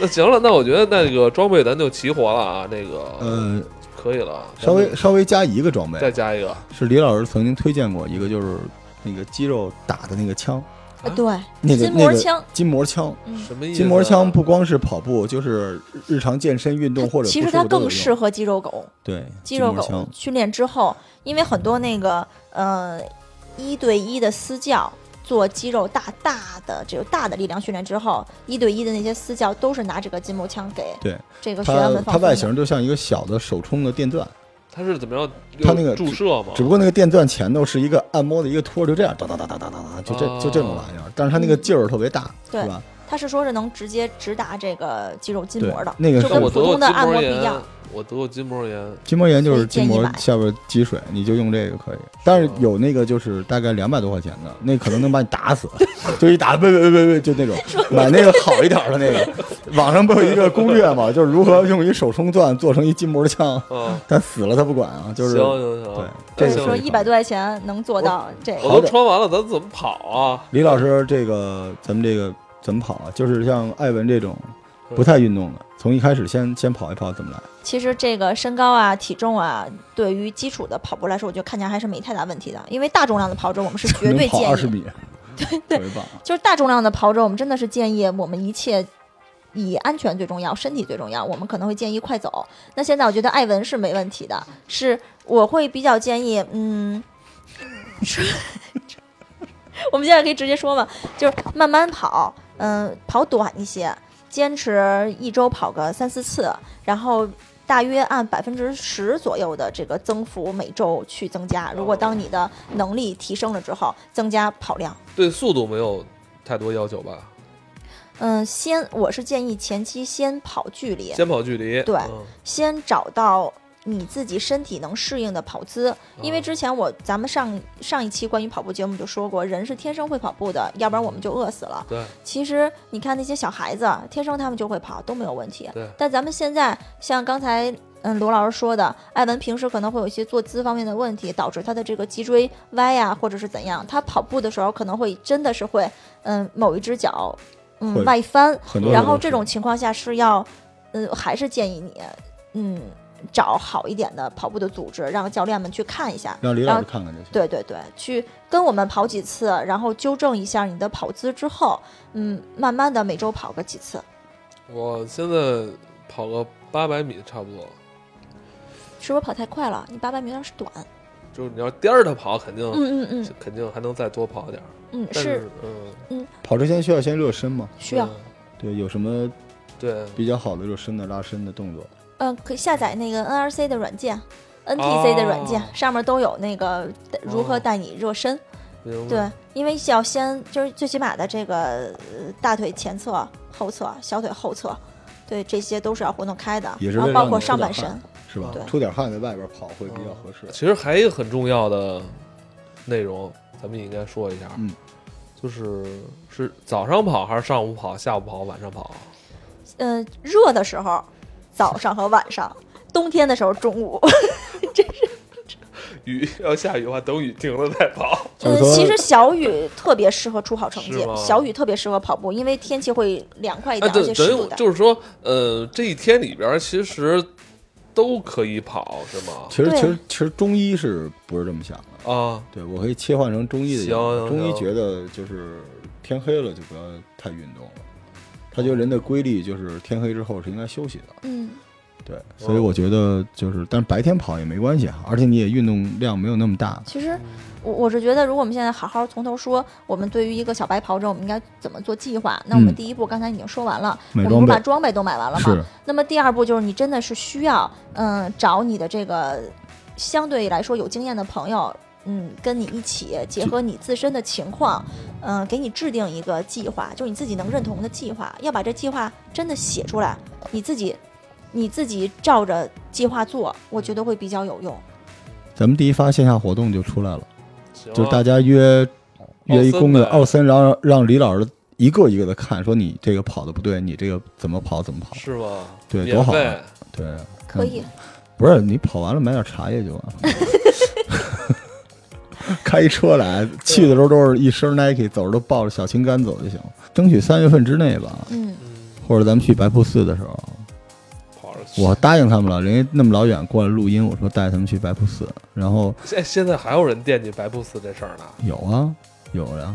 Speaker 1: 那行了，那我觉得那个装备咱就齐活了啊，那个
Speaker 2: 呃，
Speaker 1: 可以了，
Speaker 2: 稍微
Speaker 1: 咱
Speaker 2: 稍微加一个装
Speaker 1: 再
Speaker 2: 备，
Speaker 1: 加一个，
Speaker 2: 是李老师曾经推荐过一个，就是那个肌肉打的那个枪，
Speaker 3: 啊对，
Speaker 2: 那个
Speaker 3: 筋膜
Speaker 2: 那
Speaker 3: 枪
Speaker 2: 个筋膜枪。
Speaker 3: 嗯
Speaker 1: 什么意思啊？
Speaker 2: 筋膜枪不光是跑步，就是日常健身运动或者
Speaker 3: 其实
Speaker 2: 徒
Speaker 3: 它
Speaker 2: 步都有
Speaker 3: 更
Speaker 2: 用
Speaker 3: 适合肌肉狗，
Speaker 2: 对
Speaker 3: 肌肉
Speaker 2: 筋膜
Speaker 3: 狗
Speaker 2: 枪
Speaker 3: 训练之后，因为很多那个呃一对一的私教做肌肉大大的这个大的力量训练之后，一对一的那些私教都是拿这个筋膜枪给
Speaker 2: 对
Speaker 3: 这个学员
Speaker 2: 它
Speaker 3: 们放
Speaker 2: 它
Speaker 3: 松的
Speaker 2: 外形就像一个小的手冲的电钻，
Speaker 1: 它是怎么样？
Speaker 2: 它那个
Speaker 1: 注射嘛，
Speaker 2: 只不过那个电钻前头是一个按摩的一个托儿，就这样哒哒哒哒哒哒哒，就这就这种玩意儿，但是它那个劲儿特别大，
Speaker 3: 嗯对
Speaker 2: 是吧？
Speaker 3: 他是说是能直接直达这个肌肉筋膜的，
Speaker 2: 对那个
Speaker 3: 就是
Speaker 1: 但
Speaker 3: 跟
Speaker 1: 我
Speaker 3: 普
Speaker 1: 得过
Speaker 3: 通的
Speaker 1: 筋
Speaker 3: 按摩
Speaker 1: 膜
Speaker 3: 不一
Speaker 1: 炎
Speaker 3: 样。，
Speaker 1: 我得过筋膜炎，
Speaker 2: 筋膜炎就是
Speaker 3: 所以建
Speaker 2: 筋
Speaker 3: 议
Speaker 2: 膜
Speaker 3: 买
Speaker 2: 下边积水，你就用这个可以。但是有那个就是大概两百多块钱的，那可能能把你打 死，就一打喂喂喂喂喂，就那种。买那个好一点的那个，网上不有一个攻略嘛，就是如何用一手冲钻做成一筋膜枪，
Speaker 1: 啊，
Speaker 2: 但死了他不管啊，就是
Speaker 1: 行行行，那
Speaker 2: 对这
Speaker 3: 就是
Speaker 2: 个
Speaker 3: 说
Speaker 2: 可以
Speaker 3: 一百多块钱能做到这个，
Speaker 1: 我都穿完了，咱怎么跑啊？
Speaker 2: 李老师这个咱们这个怎么跑啊？就是像艾文这种
Speaker 3: 嗯
Speaker 2: 不太运动的，从一开始先先跑一跑怎么来？
Speaker 3: 其实这个身高啊、体重啊，对于基础的跑步来说，我觉得看起来还是没太大问题的。因为大重量的跑者，我们是绝对
Speaker 2: 能跑
Speaker 3: 建
Speaker 2: 二十
Speaker 3: 议，
Speaker 2: 米，对对，棒啊。
Speaker 3: 就是大重量的跑者，我们真的是建议我们一切以安全最重要，身体最重要。我们可能会建议快走。那现在我觉得艾文是没问题的，是我会比较建议，嗯， 我们现在可以直接说嘛，就是慢慢跑，嗯，跑短一些，坚持呃一周跑个三四次，然后。大约按百分之十左右的这个增幅每周去增加。如果当你的能力提升了之后，增加跑量。
Speaker 1: 对速度没有太多要求吧？
Speaker 3: 嗯，先我是建议前期先跑距离，
Speaker 1: 先跑距离，
Speaker 3: 对
Speaker 1: 嗯
Speaker 3: 先找到你自己身体能适应的跑姿。因为
Speaker 1: 嗯
Speaker 3: 之前我咱们上上一期关于跑步节目就说过，人是天生会跑步的，要不然我们就饿死了。
Speaker 1: 对
Speaker 3: 其实你看那些小孩子，天生他们就会跑，都没有问题。
Speaker 1: 对
Speaker 3: 但咱们现在像刚才嗯罗老师说的，艾文平时可能会有一些坐姿方面的问题，导致他的这个脊椎歪呀、或者是怎样，他跑步的时候可能会真的是会嗯某一只脚
Speaker 2: 会
Speaker 3: 嗯外翻，
Speaker 2: 很多人
Speaker 3: 然后
Speaker 2: 都是
Speaker 3: 这种情况下是要嗯还是建议你嗯找好一点的跑步的组织，让教练们去看一下，
Speaker 2: 让李
Speaker 3: 然
Speaker 2: 老
Speaker 3: 后
Speaker 2: 师看看就行。
Speaker 3: 对对对，去跟我们跑几次，然后纠正一下你的跑姿之后，嗯，慢慢的每周跑个几次，
Speaker 1: 我现在跑个八百米差不多，
Speaker 3: 是不是跑太快了？你八百米有点短。
Speaker 1: 就是你要颠着它跑，肯定、
Speaker 3: 嗯嗯嗯
Speaker 1: 肯定还能再多跑点儿。
Speaker 3: 嗯，
Speaker 1: 哦但
Speaker 3: 是
Speaker 1: 嗯，
Speaker 2: 跑之前需要先热身吗？
Speaker 3: 需要。
Speaker 2: 对，有什么
Speaker 1: 对
Speaker 2: 比较好的热身的拉伸的动作？
Speaker 3: 嗯，可以下载那个 NRC 的软件，NTC 的软件、
Speaker 1: 哦
Speaker 3: 上面都有那个如何
Speaker 1: 哦
Speaker 3: 带你热身。
Speaker 1: 对明白
Speaker 3: 对，因为要先就是最起码的这个呃大腿前侧、后侧、小腿后侧，对，这些都是要活动开的，
Speaker 2: 也是
Speaker 3: 然后
Speaker 2: 为了
Speaker 3: 包
Speaker 2: 让
Speaker 3: 括
Speaker 2: 你出
Speaker 3: 上
Speaker 2: 点
Speaker 3: 半身
Speaker 2: 汗。是吧
Speaker 3: 对？嗯
Speaker 2: 出点汗在外边跑会比较合适。
Speaker 1: 其实还有一个很重要的内容，咱们也应该说一下，
Speaker 2: 嗯，
Speaker 1: 就是是早上跑还是上午跑，下午跑，晚上跑？
Speaker 3: 嗯，热的时候，早上和晚上；冬天的时候，中午。
Speaker 1: 雨要下雨的话，等雨停了再 跑。
Speaker 2: 就是
Speaker 3: 嗯，
Speaker 2: 说
Speaker 3: 其实小雨特别适合出好成绩
Speaker 1: 是吗，
Speaker 3: 小雨特别适合跑步，因为天气会凉快一
Speaker 1: 哎，
Speaker 3: 点，而
Speaker 1: 等
Speaker 3: 且
Speaker 1: 等于
Speaker 3: 湿度
Speaker 1: 我
Speaker 3: 大。
Speaker 1: 就是说，呃，这一天里边其实都可以跑，是吗？
Speaker 2: 其实
Speaker 3: 对
Speaker 2: 其实其实中医是不是这么想的？
Speaker 1: 啊，
Speaker 2: 对我可以切换成中医的
Speaker 1: 行
Speaker 2: 角度
Speaker 1: 行
Speaker 2: 中医
Speaker 1: 行
Speaker 2: 觉得就是天黑了就不要太运动了，他觉得人的规律就是天黑之后是应该休息的。
Speaker 3: 嗯，
Speaker 2: 对，
Speaker 1: 哦
Speaker 2: 所以我觉得就是，但是白天跑也没关系啊，而且你也运动量没有那么大。
Speaker 3: 其实我我是觉得，如果我们现在好好从头说，我们对于一个小白跑者，我们应该怎么做计划？那我们
Speaker 2: 嗯
Speaker 3: 第一步刚才已经说完了，
Speaker 2: 买
Speaker 3: 我
Speaker 2: 装
Speaker 3: 们不是
Speaker 2: 备
Speaker 3: 把装备都买完了吗？
Speaker 2: 是，
Speaker 3: 那么第二步就是你真的是需要，嗯，找你的这个相对来说有经验的朋友，嗯，跟你一起结合你自身的情况，嗯，给你制定一个计划，就是你自己能认同的计划，要把这计划真的写出来，你自己你自己照着计划做，我觉得会比较有用。
Speaker 2: 咱们第一发线下活动就出来了，
Speaker 1: 行啊
Speaker 2: 就是大家约约一
Speaker 1: 奥森
Speaker 2: 公的
Speaker 1: 呗
Speaker 2: 奥森，然后让李老师一个一个的看，说你这个跑的不对，你这个怎么跑怎么跑。
Speaker 1: 是吗？
Speaker 2: 对
Speaker 1: 免
Speaker 2: 多好啊
Speaker 1: 费
Speaker 2: 对，
Speaker 3: 可以，
Speaker 2: 不是你跑完了买点茶叶就完了。 开一车来，去的时候都是一身 Nike，走着都抱着小青柑走就行。争取三月份之内吧，
Speaker 3: 嗯，
Speaker 1: 嗯，
Speaker 2: 或者咱们去白瀑寺的时候，
Speaker 1: 跑着去。
Speaker 2: 我答应他们了，人家那么老远过来录音，我说带他们去白瀑寺，然后
Speaker 1: 现现在还有人惦记白布寺这事儿呢。
Speaker 2: 有啊，有呀、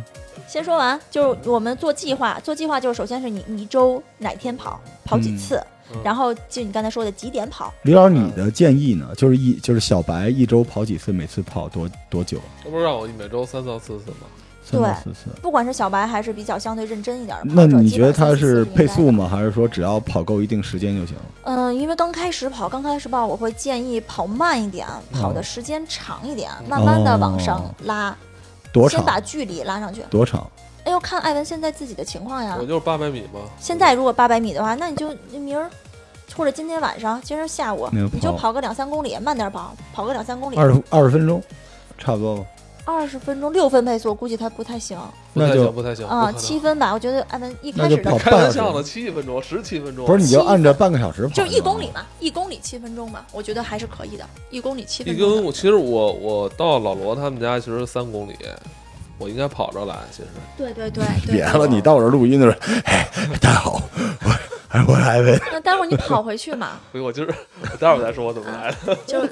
Speaker 3: 先说完，就是我们做计划，做计划就是首先是你你一周哪天跑，跑几
Speaker 2: 嗯
Speaker 3: 次，
Speaker 1: 嗯
Speaker 3: 然后就你刚才说的几点跑。
Speaker 2: 李老师，你的建议呢？就是一就是小白一周跑几次，每次跑多多久？
Speaker 1: 这不是让我每周三到四次吗？
Speaker 2: 三到
Speaker 3: 对
Speaker 2: 四次。
Speaker 3: 不管是小白还是比较相对认真一点的跑
Speaker 2: 那
Speaker 3: 者，
Speaker 2: 你
Speaker 3: 基
Speaker 2: 觉得
Speaker 3: 本上
Speaker 2: 它
Speaker 3: 三四
Speaker 2: 是
Speaker 3: 次应
Speaker 2: 配
Speaker 3: 该
Speaker 2: 速吗？还是说只要跑够一定时间就行？
Speaker 3: 嗯，因为刚开始跑，刚开始跑，我会建议跑慢一点，
Speaker 2: 嗯
Speaker 3: 跑的时间长一点，
Speaker 2: 哦
Speaker 3: 慢慢的往上拉，
Speaker 2: 多
Speaker 3: 先
Speaker 2: 长？
Speaker 3: 把距离拉上去。
Speaker 2: 多长？
Speaker 3: 哎呦，看艾文现在自己的情况呀
Speaker 1: 我。就是八百米嘛。
Speaker 3: 啊现在如果八百米的话，那你就你明儿或者今天晚上，今儿下午
Speaker 2: 那就
Speaker 3: 你就
Speaker 2: 跑
Speaker 3: 跑个两三公里，慢点跑，跑个两三公里，
Speaker 2: 二十二十分钟，差不多吧。
Speaker 3: 二十分钟六分配速，估计他不太行
Speaker 1: 不太
Speaker 2: 那就
Speaker 1: 行，不太行
Speaker 3: 啊，
Speaker 1: 不可能
Speaker 3: 七分吧。我觉得艾文一
Speaker 2: 那
Speaker 3: 开
Speaker 2: 就
Speaker 3: 始
Speaker 2: 跑
Speaker 3: 的
Speaker 1: 开
Speaker 2: 半
Speaker 1: 玩
Speaker 2: 小
Speaker 1: 笑
Speaker 2: 时
Speaker 1: 呢，七分钟，十七分钟，
Speaker 2: 不是你就
Speaker 3: 七
Speaker 2: 按着半个小时跑，
Speaker 5: 就是一
Speaker 2: 哦
Speaker 5: 公里。嘛，一公里七分钟嘛，我觉得还是可以的，一公里七
Speaker 1: 一
Speaker 5: 分钟
Speaker 1: 跟
Speaker 5: 的。
Speaker 1: 我其实我我到老罗他们家其实三公里，我应该跑着来。其实
Speaker 5: 对对 对对
Speaker 2: 别。了，你到我这儿录音的时候， 哎，大家好，我我是艾文。
Speaker 5: 那待会儿你跑回 去嘛，
Speaker 1: 所以我今儿待会儿再说我怎么来的。
Speaker 5: 就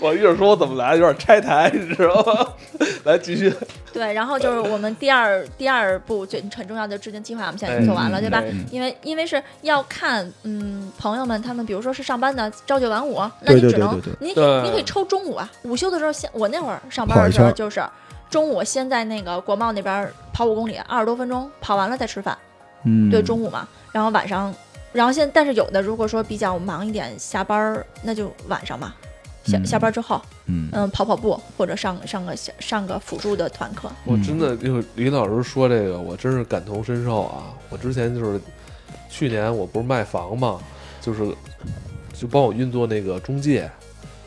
Speaker 1: 我一会儿说我怎么来的，有点拆台，你知道吗？ 来继续，
Speaker 5: 对，然后就是我们第二第二步最很重要的制定计划，我们现在已经做完了，
Speaker 2: 哎
Speaker 5: 对吧？
Speaker 1: 嗯
Speaker 5: 因为因为是要看，嗯，朋友们他们，比如说是上班的，朝九晚五，那
Speaker 2: 对
Speaker 5: 你
Speaker 2: 对
Speaker 5: 只能
Speaker 2: 对对
Speaker 5: 你
Speaker 1: 对
Speaker 5: 你可以抽中午啊，午休的时候先，我那会儿上班
Speaker 2: 跑一
Speaker 5: 的时候
Speaker 2: 圈
Speaker 5: 就是中午先在那个国贸那边跑五公里，二十多分钟，跑完了再吃饭，
Speaker 2: 嗯，
Speaker 5: 对，中午嘛，然后晚上。然后现在，但是有的如果说比较忙一点，下班儿那就晚上嘛，下、
Speaker 2: 嗯
Speaker 5: 下班之后，
Speaker 2: 嗯，
Speaker 5: 嗯，跑跑步或者上上个小上个辅助的团课，
Speaker 2: 嗯
Speaker 1: 我真的就是李老师说这个，我真是感同身受啊！我之前就是去年我不是卖房嘛，就是就帮我运作那个中介。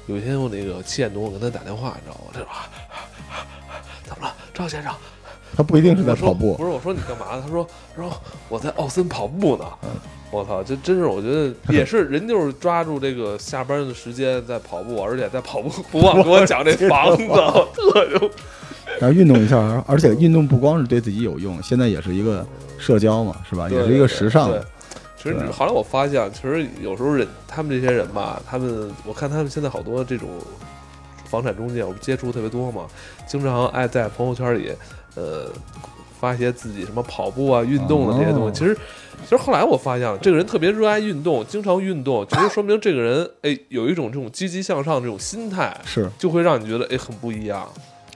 Speaker 1: 有一天我那个欠农，我跟他打电话，你知道吗？这啊 怎么了，张先生？
Speaker 2: 他不一定是在
Speaker 1: 我说
Speaker 2: 跑步
Speaker 1: 不，是，我说你干嘛呢？他说，他说我在奥森跑步呢。
Speaker 2: 嗯
Speaker 1: 我操，这真是，我觉得 也是，人就是抓住这个下班的时间在跑步，而且在跑步不忘给我讲这房 子，我特牛。
Speaker 2: 然后运动一下，而且运动不光是对自己有用，现在也是一个社交嘛，是吧？啊也是一个时尚
Speaker 1: 对。对对其实
Speaker 2: 对啊
Speaker 1: 后来我发现，其实有时候人他们这些人吧，他们我看他们现在好多这种房产中介，我们接触特别多嘛，经常爱在朋友圈里，呃，发一些自己什么跑步啊、运动的这些东西。
Speaker 2: 哦
Speaker 1: 其实，其实后来我发现了，这个人特别热爱运动，经常运动，其实说明这个人哎有一种这种积极向上这种心态，
Speaker 2: 是，
Speaker 1: 就会让你觉得哎很不一样。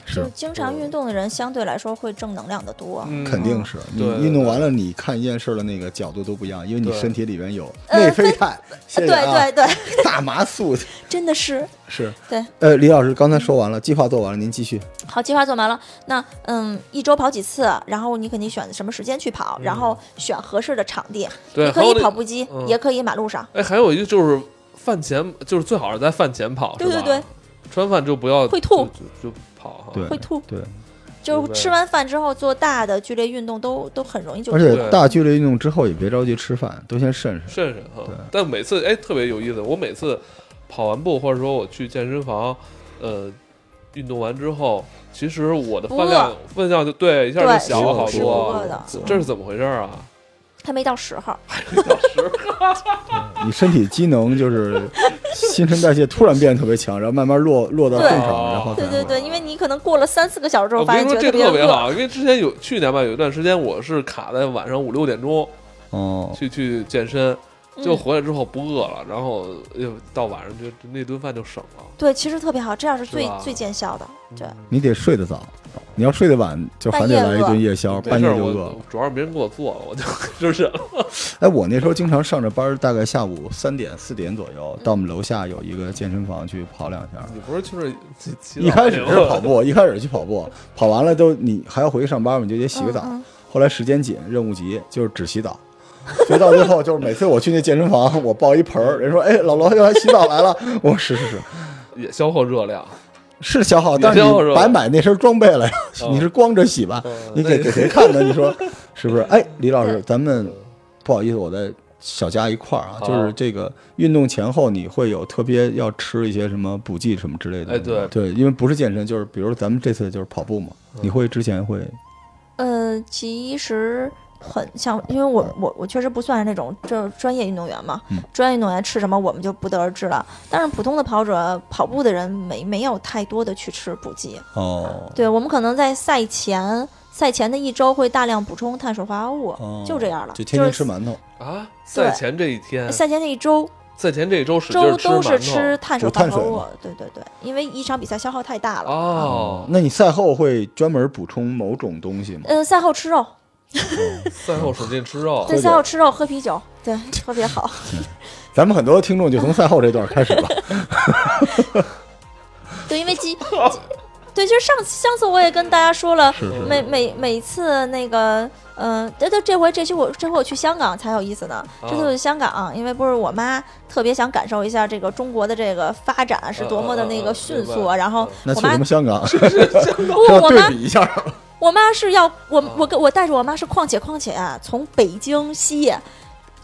Speaker 3: 就是经常运动的人相对来说会正能量的多。
Speaker 1: 嗯，
Speaker 2: 肯定是你
Speaker 1: 对对对
Speaker 2: 运动完了，你看一件事儿的那个角度都不一样，因为你
Speaker 1: 对
Speaker 2: 身体里面有
Speaker 3: 呃
Speaker 2: 内啡肽，谢
Speaker 3: 对
Speaker 2: 谢啊
Speaker 3: 对对，
Speaker 2: 大麻素
Speaker 3: 真的是
Speaker 2: 是。
Speaker 3: 对。
Speaker 2: 呃，李老师刚才说完了，计划做完了，您继续。
Speaker 3: 好，计划做完了，那嗯，一周跑几次，然后你肯定选什么时间去跑，
Speaker 2: 嗯
Speaker 3: 然后选合适的场地，
Speaker 1: 对
Speaker 3: 你可
Speaker 1: 还有
Speaker 3: 以
Speaker 1: 那
Speaker 3: 跑步机，
Speaker 1: 嗯
Speaker 3: 也可以马路上。
Speaker 1: 哎，还有一个就是饭前，就是最好是在饭前跑，
Speaker 3: 对
Speaker 1: 是吧
Speaker 3: 对对，
Speaker 1: 吃完饭之后不要
Speaker 3: 会吐
Speaker 1: 就就就跑哈。
Speaker 2: 对
Speaker 3: 会吐，
Speaker 2: 对，
Speaker 3: 就
Speaker 1: 明
Speaker 3: 是
Speaker 1: 白
Speaker 3: 吃完饭之后做大的剧烈运动都都很容易就
Speaker 2: 而
Speaker 3: 吐
Speaker 2: 且
Speaker 3: 了。
Speaker 2: 大剧烈运动之后也别着急吃饭，都先慎慎。
Speaker 1: 慎慎哈
Speaker 2: 对。
Speaker 1: 但每次哎特别有意思，我每次跑完步或者说我去健身房，呃，运动完之后，其实我的
Speaker 3: 不
Speaker 1: 饭量饭量就对一下
Speaker 3: 对
Speaker 1: 就小了好
Speaker 3: 是不饿
Speaker 1: 多。
Speaker 3: 的，
Speaker 1: 这是怎么回事啊？
Speaker 3: 还没到时候。
Speaker 2: 你身体机能就是 新陈代谢突然变得特别强，然后慢慢落落到
Speaker 3: 对
Speaker 2: 正常，然后
Speaker 1: 对
Speaker 3: 对
Speaker 2: 再
Speaker 3: 对对，因为你可能过了三四个小时之后，
Speaker 1: 我
Speaker 3: 发
Speaker 1: 跟
Speaker 3: 现
Speaker 1: 你
Speaker 3: 觉
Speaker 1: 说
Speaker 3: 得
Speaker 1: 这特
Speaker 3: 特
Speaker 1: 啊哦别
Speaker 3: 饿。
Speaker 1: 好，因为之前有去年吧，有一段时间我是卡在晚上五六点钟
Speaker 2: 哦，
Speaker 1: 去去健身，就
Speaker 3: 嗯
Speaker 1: 回来之后不饿了，然后又到晚上就那顿饭就省了。
Speaker 3: 对，其实特别好，这样是最
Speaker 1: 吧嗯
Speaker 3: 最见效的。对，
Speaker 2: 你得睡得早，你要睡得晚，就还得来一顿夜宵，
Speaker 1: 没
Speaker 2: 哦半
Speaker 1: 事
Speaker 2: 夜
Speaker 1: 儿，
Speaker 2: 就
Speaker 1: 我
Speaker 2: 饿了。
Speaker 1: 我主要是没人给我做了，我就就是
Speaker 2: 哎，我那时候经常上着班儿，大概下午三点四点左右，
Speaker 3: 嗯
Speaker 2: 到我们楼下有一个健身房去跑两下。
Speaker 1: 你不是就是起起
Speaker 2: 一
Speaker 1: 早
Speaker 2: 开始
Speaker 1: 那
Speaker 2: 是
Speaker 1: 个
Speaker 2: 跑步，一开始去跑步，跑完了都你还要回去上班嘛，你就得洗个澡。
Speaker 3: 嗯嗯
Speaker 2: 后来时间紧，任务急，就是只洗澡。所以到最后，就是每次我去那健身房，我抱一盆儿，人说：“哎，老罗要来洗澡来了。”我说：“是是是，
Speaker 1: 也消耗热量，
Speaker 2: 是消耗，
Speaker 1: 也
Speaker 2: 但是
Speaker 1: 消耗是
Speaker 2: 你
Speaker 1: 吧
Speaker 2: 白买那身装备了，
Speaker 1: 哦
Speaker 2: 你是光着洗吧？
Speaker 1: 嗯
Speaker 2: 你给
Speaker 1: 那
Speaker 2: 给谁看呢？你说是不是？哎，李老师
Speaker 3: 对，
Speaker 2: 咱们不好意思，我再小加一块儿啊，
Speaker 1: 好
Speaker 2: 就是这个运动前后你会有特别要吃一些什么补剂什么之类的吗。
Speaker 1: 哎对
Speaker 2: 对，因为不是健身，就是比如咱们这次就是跑步嘛，
Speaker 1: 嗯
Speaker 2: 你会之前会
Speaker 3: 呃，其实很像，因为我我我确实不算是那种就是专业运动员嘛，
Speaker 2: 嗯
Speaker 3: 专业运动员吃什么我们就不得而知了。但是普通的跑者跑步的人没没有太多的去吃补剂，
Speaker 2: 哦
Speaker 3: 对我们可能在赛前赛前的一周会大量补充碳水化合物，
Speaker 2: 哦，
Speaker 3: 就这样了，
Speaker 2: 就天天
Speaker 3: 是
Speaker 2: 吃馒头。
Speaker 1: 啊，赛前这一天
Speaker 3: 赛前那一周，
Speaker 1: 赛前这一周使劲
Speaker 3: 周
Speaker 1: 吃
Speaker 3: 都是
Speaker 1: 馒头。
Speaker 3: 吃碳
Speaker 2: 有
Speaker 3: 水化
Speaker 2: 碳
Speaker 3: 合
Speaker 2: 水
Speaker 3: 物
Speaker 2: 吗，
Speaker 3: 对对对，因为一场比赛消耗太大了。
Speaker 1: 哦，
Speaker 2: 那你赛后会专门补充某种东西吗？
Speaker 3: 嗯，赛后吃肉，
Speaker 1: 赛后使劲吃肉
Speaker 3: 对，
Speaker 2: 喝
Speaker 3: 赛
Speaker 2: 酒
Speaker 3: 后吃肉，喝啤酒，对，特别好。
Speaker 2: 咱们很多听众就从赛后这段 开始吧。
Speaker 3: 对，因为鸡， 鸡对，就是上次上次我也跟大家说了，
Speaker 2: 是是
Speaker 3: 每每每次那个，嗯、这这这回这期我这回我去香港才有意思呢。这次我去香港、因为不是我妈特别想感受一下这个中国的这个发展是多么的
Speaker 1: 嗯
Speaker 3: 那
Speaker 1: 嗯嗯
Speaker 3: 个
Speaker 1: 嗯
Speaker 3: 迅速，啊
Speaker 1: 明白
Speaker 3: 然后
Speaker 2: 那
Speaker 3: 我
Speaker 2: 去
Speaker 3: 妈
Speaker 2: 什么香港？
Speaker 3: 不，
Speaker 2: 要
Speaker 3: 我妈
Speaker 2: 对比一下。
Speaker 3: 我妈是要我
Speaker 2: 哦
Speaker 3: 我跟我带着我妈是况且况且啊从北京西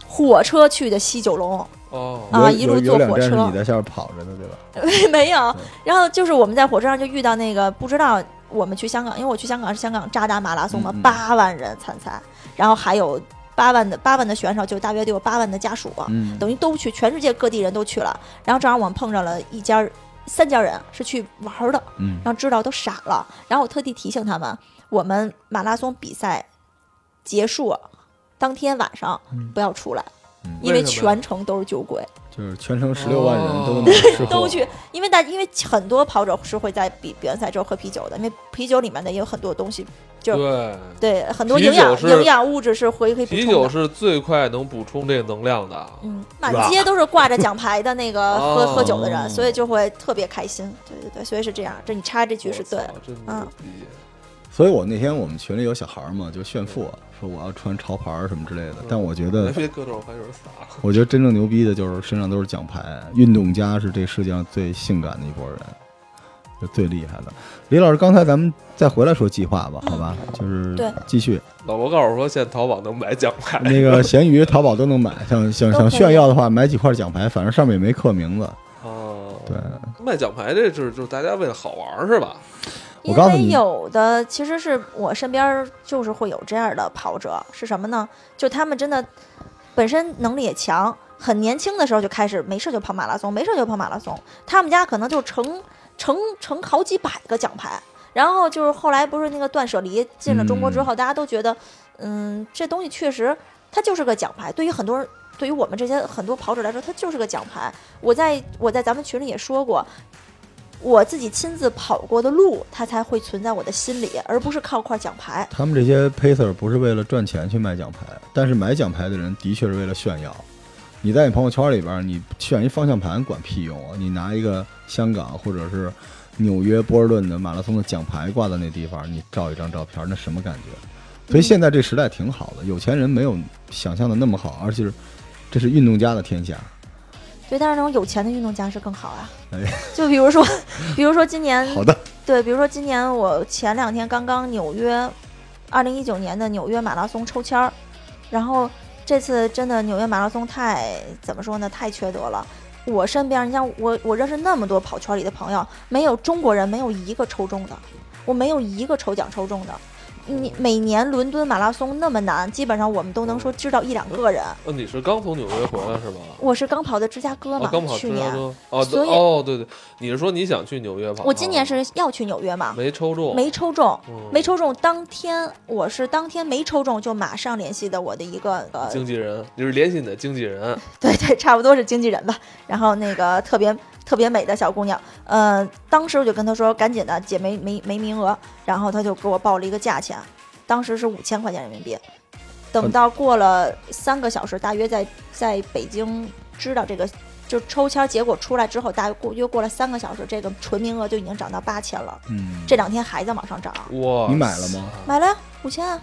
Speaker 3: 火车去的西九龙，
Speaker 1: 哦，
Speaker 2: 有
Speaker 3: 啊一路
Speaker 2: 有有
Speaker 3: 坐
Speaker 2: 两
Speaker 3: 火
Speaker 2: 站是
Speaker 3: 车
Speaker 2: 你在下边跑着的，对吧？嗯
Speaker 3: 没有。然后就是我们在火车上就遇到那个不知道我们去香港，因为我去香港是香港渣打马拉松嘛
Speaker 2: 嗯嗯，
Speaker 3: 八万人参赛，然后还有八万的八万的选手，就大约得有八万的家属，
Speaker 2: 嗯，
Speaker 3: 等于啊都去，全世界各地人都去了。然后正好我们碰上了一家三家人是去玩儿的，
Speaker 2: 嗯
Speaker 3: 然后知道都傻了。然后我特地提醒他们，我们马拉松比赛结束当天晚上
Speaker 2: 嗯
Speaker 3: 不要出来，
Speaker 2: 嗯
Speaker 3: 因
Speaker 1: 为什
Speaker 3: 为
Speaker 1: 么呀
Speaker 3: 全程都是酒鬼。
Speaker 2: 就是全程十六万人都
Speaker 1: 哦
Speaker 2: 能 吃货
Speaker 3: 都去，因为大因为很多跑者是会在比比完赛之后喝啤酒的，因为啤酒里面的也有很多东西，就
Speaker 1: 对，
Speaker 3: 对很多
Speaker 1: 啤酒
Speaker 3: 营养
Speaker 1: 是
Speaker 3: 营养物质是回可以补
Speaker 1: 啤
Speaker 3: 充
Speaker 1: 酒
Speaker 3: 的。
Speaker 1: 是最快能补充这个能量的。
Speaker 3: 嗯，满街都是挂着奖牌的那个喝 喝酒的
Speaker 2: 哦
Speaker 3: 人，所以就会特别开心。对对对，所以是这样，这你插这句是对
Speaker 1: 我。操，真牛
Speaker 3: 嗯
Speaker 1: 逼！
Speaker 2: 所以我那天我们群里有小孩儿嘛，就炫富，说我要穿潮牌儿什么之类的。但我觉
Speaker 1: 哎
Speaker 2: 得，
Speaker 1: 别搁这儿，我还有人撒了。
Speaker 2: 我觉得真正牛逼的就是身上都是奖牌，运动家是这世界上最性感的一波人，就最厉害的。李老师，刚才咱们再回来说计划吧，好吧？就是
Speaker 3: 嗯对
Speaker 2: 继续
Speaker 1: 老罗告诉我说，现在淘宝能买奖牌。
Speaker 2: 那个闲鱼、淘宝都能买，想想
Speaker 3: 都
Speaker 2: 想
Speaker 3: 可以
Speaker 2: 炫耀的话，买几块奖牌，反正上面也没刻名字。
Speaker 1: 哦，
Speaker 2: 对，
Speaker 3: 嗯
Speaker 1: 卖奖牌这是就是大家为了好玩儿是吧？
Speaker 2: 我
Speaker 3: 因
Speaker 2: 告诉
Speaker 3: 为
Speaker 2: 你
Speaker 3: 有的其实是我身边儿就是会有这样的跑者，是什么呢？就他们真的本身能力也强，很年轻的时候就开始没事就跑马拉松，没事就跑马拉松。他们家可能就成成成好几百个奖牌。然后就是后来不是那个断舍离进了中国之后，大家都觉得，嗯，这东西确实它就是个奖牌。对于很多人，对于我们这些很多跑者来说，它就是个奖牌。我在我在咱们群里也说过，我自己亲自跑过的路，它才会存在我的心里，而不是靠块奖牌。
Speaker 2: 他们这些 pacer 不是为了赚钱去买奖牌，但是买奖牌的人的确是为了炫耀。你在你朋友圈里边儿，你炫一方向盘管屁用啊！你拿一个香港或者是纽约波士顿的马拉松的奖牌挂在那地方，你照一张照片儿，那什么感觉？所以现在这时代挺好的，有钱人没有想象的那么好，而且是这是运动家的天下。
Speaker 3: 对，但是那种有钱的运动家是更好啊
Speaker 2: 哎。
Speaker 3: 就比如说，比如说今年
Speaker 2: 好的，
Speaker 3: 对，比如说今年我前两天刚刚纽约，二零一九年的纽约马拉松抽签儿，然后这次真的纽约马拉松太怎么说呢？太缺德了。我身边，你像我，我认识那么多跑圈里的朋友，没有中国人，没有一个抽中的，我没有一个抽奖抽中的。你每年伦敦马拉松那么难，基本上我们都能说知道一两个人。
Speaker 1: 哦，你是刚从纽约回来是吧？
Speaker 3: 我是刚跑的芝加哥
Speaker 1: 哦
Speaker 3: 嘛，，
Speaker 1: 刚跑
Speaker 3: 去
Speaker 1: 芝加
Speaker 3: 年
Speaker 1: 哥。哦，对
Speaker 3: 所以
Speaker 1: 哦，对对，你是说你想去纽约跑？
Speaker 3: 我今年是要去纽约嘛，
Speaker 1: 没抽中，
Speaker 3: 没抽中，
Speaker 1: 嗯
Speaker 3: 没抽中，当天我是当天没抽中，就马上联系的我的一个呃，
Speaker 1: 经纪人，你是联系你的经纪人。
Speaker 3: 对对，差不多是经纪人吧。然后那个 特别特别美的小姑娘，呃，当时我就跟她说，赶紧的，姐没没没名额，然后她就给我报了一个价钱，当时是五千块钱人民币。等到过了三个小时，大约在在北京知道这个就抽签结果出来之后，大约过约过了三个小时，这个纯名额就已经涨到八千了，
Speaker 2: 嗯，
Speaker 3: 这两天还在往上涨。
Speaker 1: 哇，
Speaker 2: 你买了吗？
Speaker 3: 买了五千啊！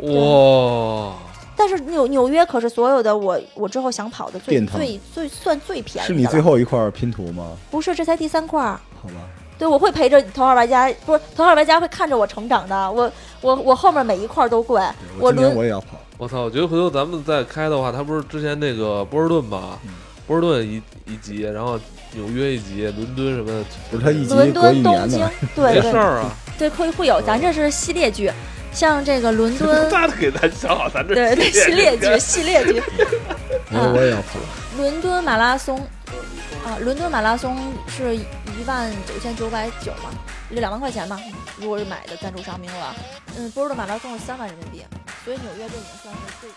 Speaker 1: 哇，
Speaker 3: 但是纽纽约可是所有的我我之后想跑的最
Speaker 2: 殿堂
Speaker 3: 最最算最便宜
Speaker 2: 是
Speaker 3: 的
Speaker 2: 你
Speaker 3: 了
Speaker 2: 最后一块拼图吗？
Speaker 3: 不是这才第三块儿。
Speaker 2: 好吧，
Speaker 3: 对，我会陪着头号玩家，不是头号玩家会看着我成长的。我我我后面每一块儿都贵，
Speaker 2: 对
Speaker 3: 我
Speaker 2: 今年
Speaker 3: 轮
Speaker 2: 我也要跑，
Speaker 1: 我操！我觉得回头咱们再开的话，他不是之前那个波士顿嘛，
Speaker 2: 嗯
Speaker 1: 波士顿一一集，然后纽约一集，伦敦什么的，
Speaker 2: 不是他一集
Speaker 3: 伦
Speaker 2: 隔一
Speaker 3: 敦、东
Speaker 2: 年
Speaker 3: 京
Speaker 2: 的，，
Speaker 3: 对
Speaker 1: 没事
Speaker 3: 对
Speaker 1: 儿啊。
Speaker 5: 对，会会有，咱这是系列剧，像这个伦敦，
Speaker 1: 那给咱想好，咱这
Speaker 5: 对对，系列剧，系列剧，
Speaker 2: 我说我也要跑。
Speaker 5: 伦敦马拉松啊，伦敦马拉松是一万九千九百九嘛，就两万块钱嘛，啊如果是买的赞助商名额，嗯，波士顿马拉松是三万人民币，所以纽约就已经算是最。